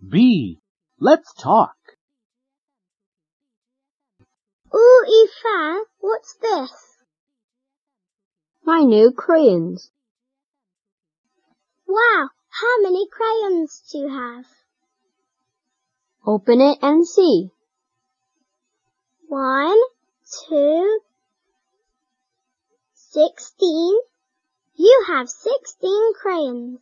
B. Let's talk. Ooh, Ifan, what's this? My new crayons. Wow, how many crayons do you have? Open it and see. One, two, sixteen. You have sixteen crayons.